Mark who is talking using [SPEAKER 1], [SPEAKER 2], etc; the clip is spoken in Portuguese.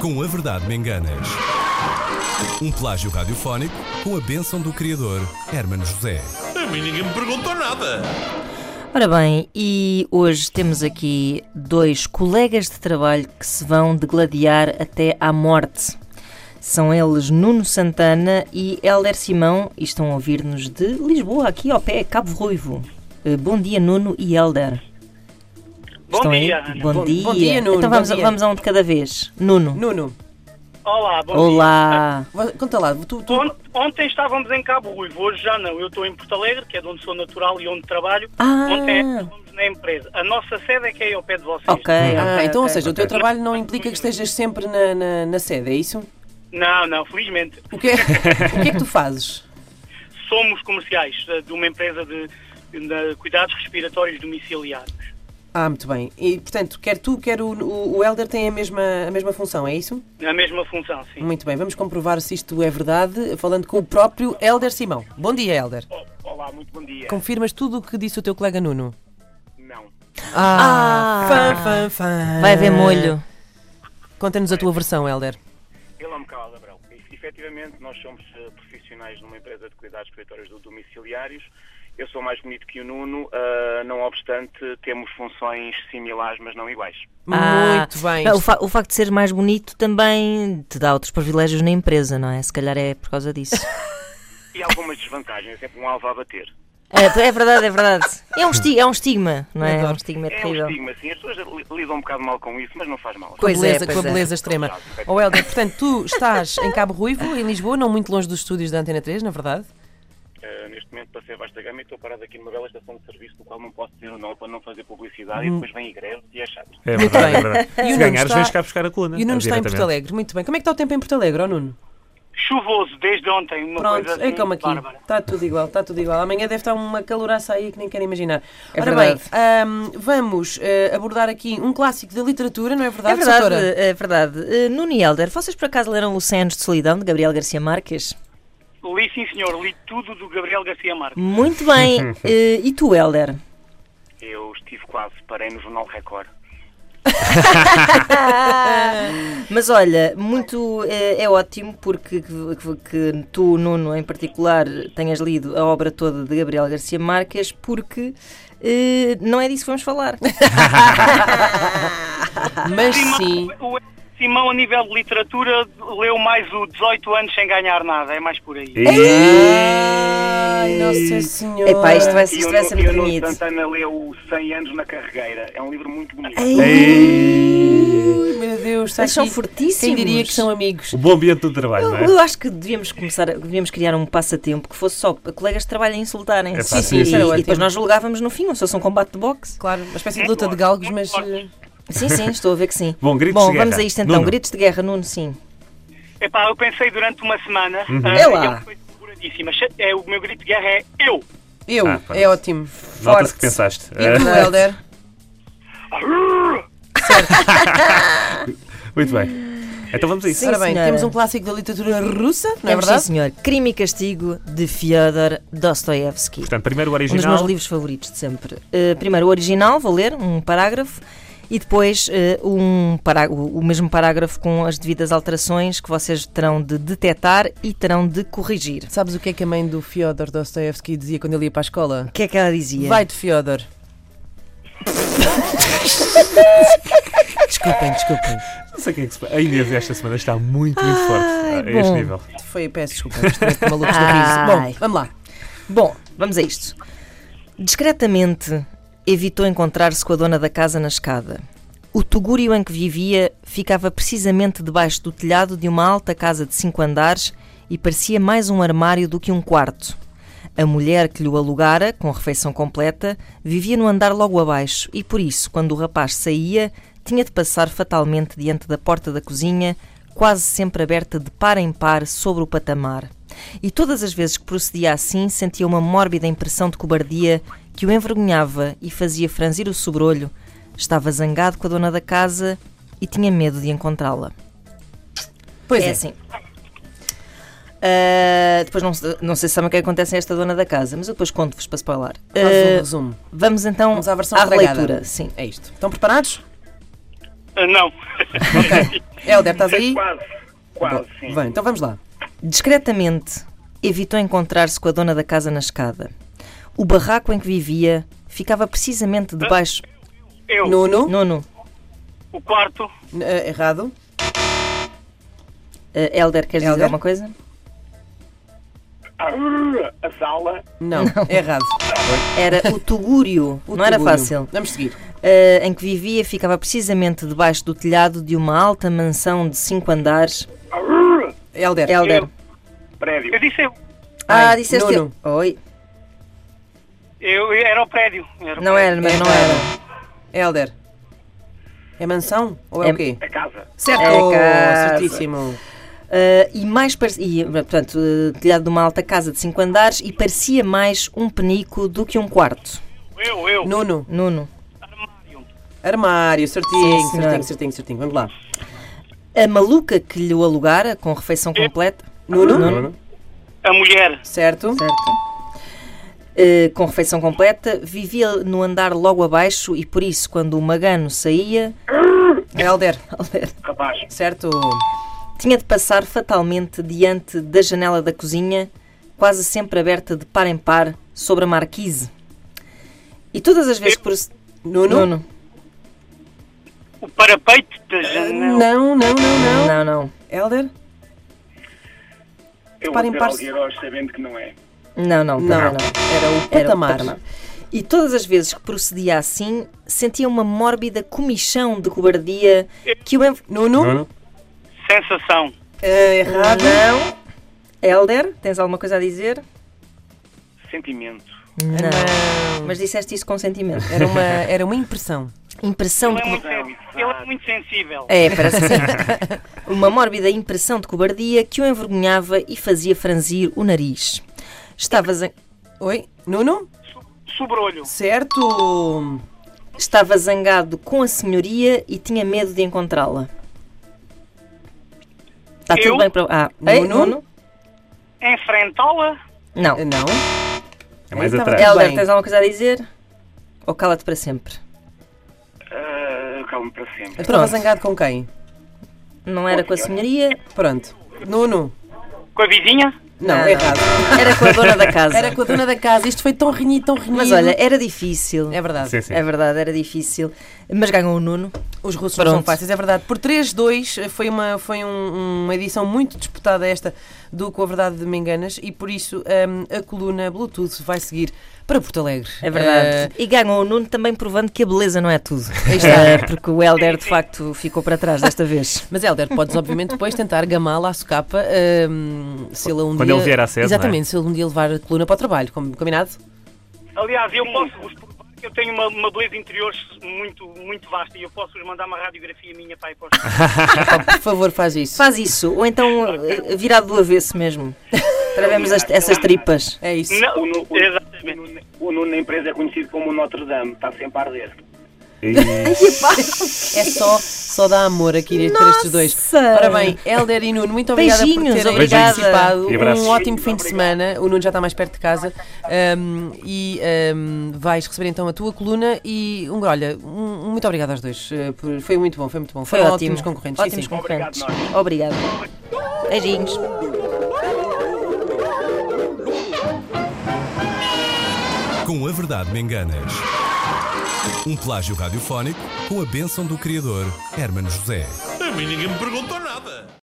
[SPEAKER 1] Com a Verdade Me Enganas. Um plágio radiofónico com a bênção do criador Hermano José.
[SPEAKER 2] A mim ninguém me perguntou nada.
[SPEAKER 3] Ora bem, e hoje temos aqui dois colegas de trabalho que se vão degladiar até à morte. São eles Nuno Santana e Hélder Simão e estão a ouvir-nos de Lisboa, aqui ao pé, Cabo Ruivo. Eh, Bom dia, Nuno e Hélder.
[SPEAKER 4] Bom
[SPEAKER 3] Estão aí?
[SPEAKER 4] dia, Ana.
[SPEAKER 3] Bom,
[SPEAKER 5] Bom-
[SPEAKER 3] dia.
[SPEAKER 5] bom dia, Nuno,
[SPEAKER 3] Então vamos,
[SPEAKER 5] bom dia.
[SPEAKER 3] vamos a um de cada vez. Nuno.
[SPEAKER 5] Nuno,
[SPEAKER 4] Olá, bom dia.
[SPEAKER 3] Olá.
[SPEAKER 5] vo- conta lá, tu, tu-
[SPEAKER 4] Ont- Ontem estávamos em Cabo Ruivo, hoje já não. Eu estou em Porto Alegre, que é de onde sou natural e onde trabalho.
[SPEAKER 3] Ah.
[SPEAKER 4] Ontem estávamos na empresa. A nossa sede é que é aí ao pé de vocês.
[SPEAKER 3] Ok,
[SPEAKER 5] Ah,
[SPEAKER 3] ok,
[SPEAKER 5] então, ou
[SPEAKER 3] ok.
[SPEAKER 5] seja, o teu trabalho não implica que estejas sempre na, na, na sede, é isso?
[SPEAKER 4] Não, não, felizmente.
[SPEAKER 5] O que, é, o que é que tu fazes?
[SPEAKER 4] Somos comerciais eh, de uma empresa de, de cuidados respiratórios domiciliares.
[SPEAKER 5] Ah, muito bem. E, portanto, quer tu, quer o, o, o Helder têm a mesma, a mesma função, é isso?
[SPEAKER 4] Na mesma função, sim.
[SPEAKER 5] Muito bem, vamos comprovar se isto é verdade, falando com o próprio Helder Simão. Bom dia, Helder.
[SPEAKER 6] É. Olá, muito bom dia.
[SPEAKER 5] Confirmas tudo o que disse o teu colega Nuno?
[SPEAKER 6] Não.
[SPEAKER 3] Ah.
[SPEAKER 5] fã, fã, fã.
[SPEAKER 3] Vai haver molho.
[SPEAKER 5] Conta-nos a tua versão, Helder.
[SPEAKER 6] Ele é um bocado Abreu. E- Efetivamente, nós somos eh, profissionais numa empresa de cuidados respiratórios do- domiciliários. Eu sou mais bonito que o Nuno, ah, não obstante, temos funções similares, mas não iguais.
[SPEAKER 3] Ah,
[SPEAKER 5] muito bem.
[SPEAKER 3] O, fa- o facto de ser mais bonito também te dá outros privilégios na empresa, não é? Se calhar é por causa disso.
[SPEAKER 6] E algumas desvantagens, é sempre um alvo a bater.
[SPEAKER 3] É, é verdade, é verdade. É um estigma, é um estigma não é? É um
[SPEAKER 5] Adoro.
[SPEAKER 3] estigma é
[SPEAKER 6] É um
[SPEAKER 3] terrível.
[SPEAKER 6] estigma, sim. As pessoas li- lidam um bocado mal com isso, mas não faz mal.
[SPEAKER 5] Com a
[SPEAKER 3] Pois é,
[SPEAKER 5] beleza,
[SPEAKER 3] pois
[SPEAKER 5] com a
[SPEAKER 3] é.
[SPEAKER 5] beleza extrema. Ó Helder, portanto, tu estás em Cabo Ruivo, em Lisboa, não muito longe dos estúdios da Antena 3, na verdade?
[SPEAKER 6] Ah, neste momento passei a vasta gama e estou parado aqui numa bela estação de serviço, do qual não posso dizer o não para não fazer publicidade
[SPEAKER 3] Hum.
[SPEAKER 6] e depois vem igreja e é chato.
[SPEAKER 7] É
[SPEAKER 5] Muito
[SPEAKER 7] verdade,
[SPEAKER 5] bem.
[SPEAKER 7] é verdade.
[SPEAKER 5] E o
[SPEAKER 7] Se
[SPEAKER 5] Nuno
[SPEAKER 7] ganhares,
[SPEAKER 5] está-
[SPEAKER 7] vens cá buscar a coluna.
[SPEAKER 5] E o Nuno está em Porto
[SPEAKER 7] diretamente.
[SPEAKER 5] Alegre, muito bem. Como é que está o tempo em Porto Alegre, ó Nuno?
[SPEAKER 4] Chuvoso desde ontem, uma
[SPEAKER 5] Pronto,
[SPEAKER 4] coisa
[SPEAKER 5] é
[SPEAKER 4] assim,
[SPEAKER 5] como aqui.
[SPEAKER 4] bárbara.
[SPEAKER 5] Está tudo igual, está tudo igual. Amanhã deve estar uma caloraça aí que nem quero imaginar.
[SPEAKER 3] É
[SPEAKER 5] Ora bem,
[SPEAKER 3] verdade.
[SPEAKER 5] ahm, vamos eh, abordar aqui um clássico da literatura, não é
[SPEAKER 3] É
[SPEAKER 5] verdade,
[SPEAKER 3] verdade,
[SPEAKER 5] Soutora?
[SPEAKER 3] é verdade. Eh, Nuno e Helder, vocês por acaso leram O 100 anos de solidão de Gabriel Garcia Marques?
[SPEAKER 4] Li, sim, senhor. Li tudo do Gabriel Garcia Marques.
[SPEAKER 3] Muito bem. Eh, e tu, Helder?
[SPEAKER 6] Eu estive quase, parei no Jornal Record.
[SPEAKER 3] Mas olha, muito eh, é ótimo porque que, que- que tu, Nuno, em particular, tenhas lido a obra toda de Gabriel Garcia Marques, porque eh, não é disso que vamos falar. Ah.
[SPEAKER 5] Mas sim.
[SPEAKER 4] O Simão, a nível de literatura, leu mais o 18 anos sem ganhar nada. É mais por aí.
[SPEAKER 5] Ai, Nossa Senhora.
[SPEAKER 3] Epá, isto vai,
[SPEAKER 6] E
[SPEAKER 3] isto
[SPEAKER 6] o
[SPEAKER 3] vai
[SPEAKER 6] Nu-
[SPEAKER 3] ser
[SPEAKER 6] e
[SPEAKER 3] muito
[SPEAKER 6] o Nuno
[SPEAKER 3] bonito.
[SPEAKER 6] Santana leu 100 anos na carregueira. É um livro muito bonito.
[SPEAKER 5] Ai, Meu Deus, está
[SPEAKER 3] Mas são
[SPEAKER 5] aqui. Quem
[SPEAKER 3] fortíssimos.
[SPEAKER 5] diria que são amigos?
[SPEAKER 7] O bom ambiente do trabalho,
[SPEAKER 3] Eu,
[SPEAKER 7] não é?
[SPEAKER 3] eu acho que devíamos começar, a- devíamos criar um passatempo que fosse só colegas de trabalho a insultarem.
[SPEAKER 7] É pá, Sim, sim, sim,
[SPEAKER 3] e,
[SPEAKER 7] isso
[SPEAKER 5] era
[SPEAKER 3] e
[SPEAKER 5] ótimo.
[SPEAKER 3] depois nós julgávamos no fim, como se fosse um combate de boxe.
[SPEAKER 5] Claro, uma espécie de luta de galgos, mas. eh,
[SPEAKER 3] Sim, sim, estou a ver que sim.
[SPEAKER 7] Bom, gritos de
[SPEAKER 3] vamos
[SPEAKER 7] guerra.
[SPEAKER 3] a isto então.
[SPEAKER 7] Nuno.
[SPEAKER 3] Gritos de guerra, Nuno, sim.
[SPEAKER 4] Epá, eu pensei durante uma semana. ah,
[SPEAKER 3] É
[SPEAKER 4] e
[SPEAKER 3] lá.
[SPEAKER 4] é uma coisa seguradíssima. Cha- É, o meu grito de guerra é eu.
[SPEAKER 5] Eu,
[SPEAKER 7] Ah, pronto.
[SPEAKER 5] é ótimo.
[SPEAKER 7] Nota-se
[SPEAKER 3] forte.
[SPEAKER 7] que pensaste.
[SPEAKER 5] E tu,
[SPEAKER 7] Ah,
[SPEAKER 5] Helder?
[SPEAKER 7] muito bem. Então vamos a isso.
[SPEAKER 3] Sim,
[SPEAKER 5] Ora bem,
[SPEAKER 3] senhora.
[SPEAKER 5] temos um clássico da literatura russa, não é
[SPEAKER 3] Temos,
[SPEAKER 5] verdade?
[SPEAKER 3] Sim, senhor. Crime e Castigo, de Fyodor Dostoevsky.
[SPEAKER 7] Portanto, primeiro o
[SPEAKER 3] Um dos meus
[SPEAKER 7] original.
[SPEAKER 3] livros favoritos de sempre. Eh, primeiro o original, vou ler um parágrafo e depois eh, um pará- o o mesmo parágrafo com as devidas alterações que vocês terão de detectar e terão de corrigir.
[SPEAKER 5] Sabes o que é que a mãe do Fyodor Dostoevsky dizia quando ele ia para a escola?
[SPEAKER 3] O que é que ela dizia?
[SPEAKER 5] Vai-te, Fyodor. desculpem, desculpem.
[SPEAKER 7] Não sei o que é que se... A Inês esta semana está muito, muito forte. A este
[SPEAKER 3] bom.
[SPEAKER 7] nível.
[SPEAKER 5] Foi, peço desculpa, estou malucos do riso.
[SPEAKER 3] Ai.
[SPEAKER 5] Bom, vamos lá.
[SPEAKER 3] Bom, vamos a isto. Discretamente evitou encontrar-se com a dona da casa na escada. O tugúrio em que vivia ficava precisamente debaixo do telhado de uma alta casa de cinco andares e parecia mais um armário do que um quarto. A mulher que lhe o alugara, com refeição completa, vivia no andar logo abaixo e, por isso, quando o rapaz saía, tinha de passar fatalmente diante da porta da cozinha, quase sempre aberta de par em par sobre o patamar. E todas as vezes que procedia assim, sentia uma mórbida impressão de cobardia que o envergonhava e fazia franzir o sobrolho. Estava zangado com a dona da casa e tinha medo de encontrá-la.
[SPEAKER 5] Pois
[SPEAKER 3] É
[SPEAKER 5] é,
[SPEAKER 3] assim. Ah, depois não, se- não sei se sabem o que acontece a esta dona da casa, mas eu depois conto-vos para spoiler.
[SPEAKER 5] faz
[SPEAKER 3] Ah,
[SPEAKER 5] um resumo.
[SPEAKER 3] vamos então
[SPEAKER 5] Vamos à versão É
[SPEAKER 3] à
[SPEAKER 5] estragada.
[SPEAKER 3] leitura. Sim.
[SPEAKER 5] É isto. Estão preparados?
[SPEAKER 4] Ah, não.
[SPEAKER 5] Ok.
[SPEAKER 8] Helder, estás aí?
[SPEAKER 6] É Quase, quase, sim.
[SPEAKER 8] Bem, então vamos lá.
[SPEAKER 3] Discretamente, evitou encontrar-se com a dona da casa na escada. O barraco em que vivia ficava precisamente debaixo.
[SPEAKER 4] Eu,
[SPEAKER 8] Nuno,
[SPEAKER 3] Nuno,
[SPEAKER 4] o quarto,
[SPEAKER 8] n- eh, errado.
[SPEAKER 3] eh, Helder, queres dizer
[SPEAKER 8] Helder?
[SPEAKER 3] alguma coisa?
[SPEAKER 6] Arr, a sala,
[SPEAKER 8] Não, errado.
[SPEAKER 3] Era o Tugúrio,
[SPEAKER 8] O
[SPEAKER 3] não era
[SPEAKER 8] Tugúrio.
[SPEAKER 3] fácil.
[SPEAKER 8] Vamos seguir.
[SPEAKER 3] eh, em que vivia ficava precisamente debaixo do telhado de uma alta mansão de cinco andares.
[SPEAKER 6] arr,
[SPEAKER 8] Helder.
[SPEAKER 3] Helder.
[SPEAKER 6] prédio.
[SPEAKER 4] eu disse eu,
[SPEAKER 3] Ah,
[SPEAKER 8] Ai,
[SPEAKER 3] disseste eu.
[SPEAKER 8] Nuno.
[SPEAKER 3] Oi.
[SPEAKER 4] eu, eu- era o prédio. Era o
[SPEAKER 3] Não
[SPEAKER 4] prédio.
[SPEAKER 3] era, mas não era.
[SPEAKER 8] Helder. É mansão ou é,
[SPEAKER 3] É-
[SPEAKER 8] o quê?
[SPEAKER 6] A casa.
[SPEAKER 8] Certo!
[SPEAKER 3] É casa.
[SPEAKER 8] certíssimo.
[SPEAKER 3] Eh, e mais parecia, e, portanto, eh, telhado de uma alta casa de cinco andares e parecia mais um penico do que um quarto.
[SPEAKER 4] Eu, eu,
[SPEAKER 8] Nuno,
[SPEAKER 3] Nuno.
[SPEAKER 8] armário, certinho,
[SPEAKER 3] Sim, senhor.
[SPEAKER 8] certinho, certinho, certinho. Vamos lá.
[SPEAKER 3] A maluca que lhe o alugara, com refeição completa.
[SPEAKER 8] Nuno,
[SPEAKER 7] Nuno.
[SPEAKER 4] a mulher,
[SPEAKER 8] certo?
[SPEAKER 3] Eh, com refeição completa, vivia no andar logo abaixo e por isso, quando o magano saía,
[SPEAKER 8] Helder,
[SPEAKER 6] Rapaz,
[SPEAKER 8] certo?
[SPEAKER 3] tinha de passar fatalmente diante da janela da cozinha, quase sempre aberta de par em par, sobre a marquise. E todas as vezes por.
[SPEAKER 8] Nuno?
[SPEAKER 3] Nuno.
[SPEAKER 4] o parapeito da janela.
[SPEAKER 8] Não, não, não, não.
[SPEAKER 3] Não, não.
[SPEAKER 8] Helder?
[SPEAKER 6] eu
[SPEAKER 8] Reparem,
[SPEAKER 6] vou ter
[SPEAKER 8] parce-
[SPEAKER 6] Algueiroz sabendo que não é.
[SPEAKER 3] Não,
[SPEAKER 8] Não,
[SPEAKER 3] não, também
[SPEAKER 8] era o
[SPEAKER 3] Era o
[SPEAKER 8] patamar.
[SPEAKER 3] patamar. E todas as vezes que procedia assim, sentia uma mórbida comichão de cobardia que o env...
[SPEAKER 8] Nuno,
[SPEAKER 7] Nuno.
[SPEAKER 4] Sensação.
[SPEAKER 8] eh, errado.
[SPEAKER 3] Não. Helder, tens alguma coisa a dizer?
[SPEAKER 6] Sentimento.
[SPEAKER 5] Não.
[SPEAKER 3] Mas disseste isso com sentimento.
[SPEAKER 5] Era uma,
[SPEAKER 8] Eh,
[SPEAKER 5] era uma impressão.
[SPEAKER 3] Impressão de
[SPEAKER 4] Ele é muito,
[SPEAKER 3] cobardia.
[SPEAKER 4] sen- ele é muito sensível.
[SPEAKER 3] É, parece que sim. Uma mórbida impressão de cobardia que o envergonhava e fazia franzir o nariz. Estavas zan-
[SPEAKER 8] Oi, Nuno?
[SPEAKER 4] Sobrolho.
[SPEAKER 8] Certo.
[SPEAKER 3] Estava zangado com a senhoria e tinha medo de encontrá-la. Está tudo
[SPEAKER 4] Eu?
[SPEAKER 3] bem para. Ah, ei,
[SPEAKER 8] Nuno?
[SPEAKER 3] Nuno?
[SPEAKER 4] É. Enfrentá-la,
[SPEAKER 3] Não.
[SPEAKER 8] Eh, Não.
[SPEAKER 7] É mais
[SPEAKER 8] Então,
[SPEAKER 7] atrás.
[SPEAKER 8] Tudo
[SPEAKER 3] Helder,
[SPEAKER 8] bem.
[SPEAKER 3] tens alguma coisa a dizer? Ou cala-te para sempre?
[SPEAKER 6] Ah, Calma para sempre.
[SPEAKER 8] Estava
[SPEAKER 3] Pronto.
[SPEAKER 8] zangado com quem?
[SPEAKER 3] Não era com a senhoria,
[SPEAKER 8] Pronto. Nuno.
[SPEAKER 4] com a vizinha,
[SPEAKER 8] Não,
[SPEAKER 3] Não, não.
[SPEAKER 8] errado.
[SPEAKER 3] era com a dona da casa.
[SPEAKER 5] Era com a dona da casa. Isto foi tão renhido, tão renhido.
[SPEAKER 3] Mas olha, era difícil.
[SPEAKER 5] É verdade.
[SPEAKER 7] Sim, sim.
[SPEAKER 3] É verdade, era difícil. Mas ganhou o Nuno.
[SPEAKER 5] Os russos
[SPEAKER 3] Pronto.
[SPEAKER 5] não são fáceis, é verdade. Por 3-2 eh, foi, uma, foi um- uma edição muito disputada esta do Com a Verdade de Me Enganas e por isso ehm, a coluna Bluetooth vai seguir para Porto Alegre. Eh,
[SPEAKER 3] É verdade.
[SPEAKER 7] Eh,
[SPEAKER 3] E ganhou o Nuno também provando que a beleza não é tudo. Eh, Porque o Helder de facto ficou para trás desta vez.
[SPEAKER 5] Mas Helder, podes obviamente depois tentar gamá-la à socapa ehm, se ele um
[SPEAKER 7] Quando
[SPEAKER 5] dia...
[SPEAKER 7] ele vier à sede,
[SPEAKER 5] Exatamente,
[SPEAKER 7] não é?
[SPEAKER 5] se ele um dia levar a coluna para o trabalho, com- combinado?
[SPEAKER 4] Aliás, eu posso vos provar que eu tenho uma, uma beleza interior muito, muito vasta e eu posso vos mandar uma radiografia minha para ir para os...
[SPEAKER 5] Por favor, faz isso.
[SPEAKER 3] Faz isso, ou então eh, virado do avesso mesmo. Travemos as- essas tripas.
[SPEAKER 5] É isso.
[SPEAKER 6] O
[SPEAKER 4] Não,
[SPEAKER 6] Nuno- o- o
[SPEAKER 4] exatamente.
[SPEAKER 6] Nuno- o Nuno na empresa é conhecido como Notre Dame, está sempre a arder.
[SPEAKER 7] E-
[SPEAKER 5] É só, só dá amor aqui entre estes dois.
[SPEAKER 3] Nossa!
[SPEAKER 5] Ora bem, Helder e Nuno, muito obrigada por
[SPEAKER 3] Beijinhos,
[SPEAKER 5] terem
[SPEAKER 3] obrigada.
[SPEAKER 5] participado.
[SPEAKER 7] E abraços.
[SPEAKER 5] Um ótimo fim de semana. O Nuno já está mais perto de casa. Um, e um, vais receber então a tua coluna. E um, olha, um, muito obrigada aos dois. eh, por- Foi muito bom, foi muito bom.
[SPEAKER 3] Foi
[SPEAKER 5] Foram
[SPEAKER 3] ótimo.
[SPEAKER 5] ótimos concorrentes.
[SPEAKER 3] Ótimos
[SPEAKER 5] sim, sim.
[SPEAKER 3] concorrentes. Obrigada. Beijinhos.
[SPEAKER 1] Com a Verdade Me Enganas. Um plágio radiofónico com a bênção do criador, Hermano José.
[SPEAKER 2] A mim ninguém me perguntou nada.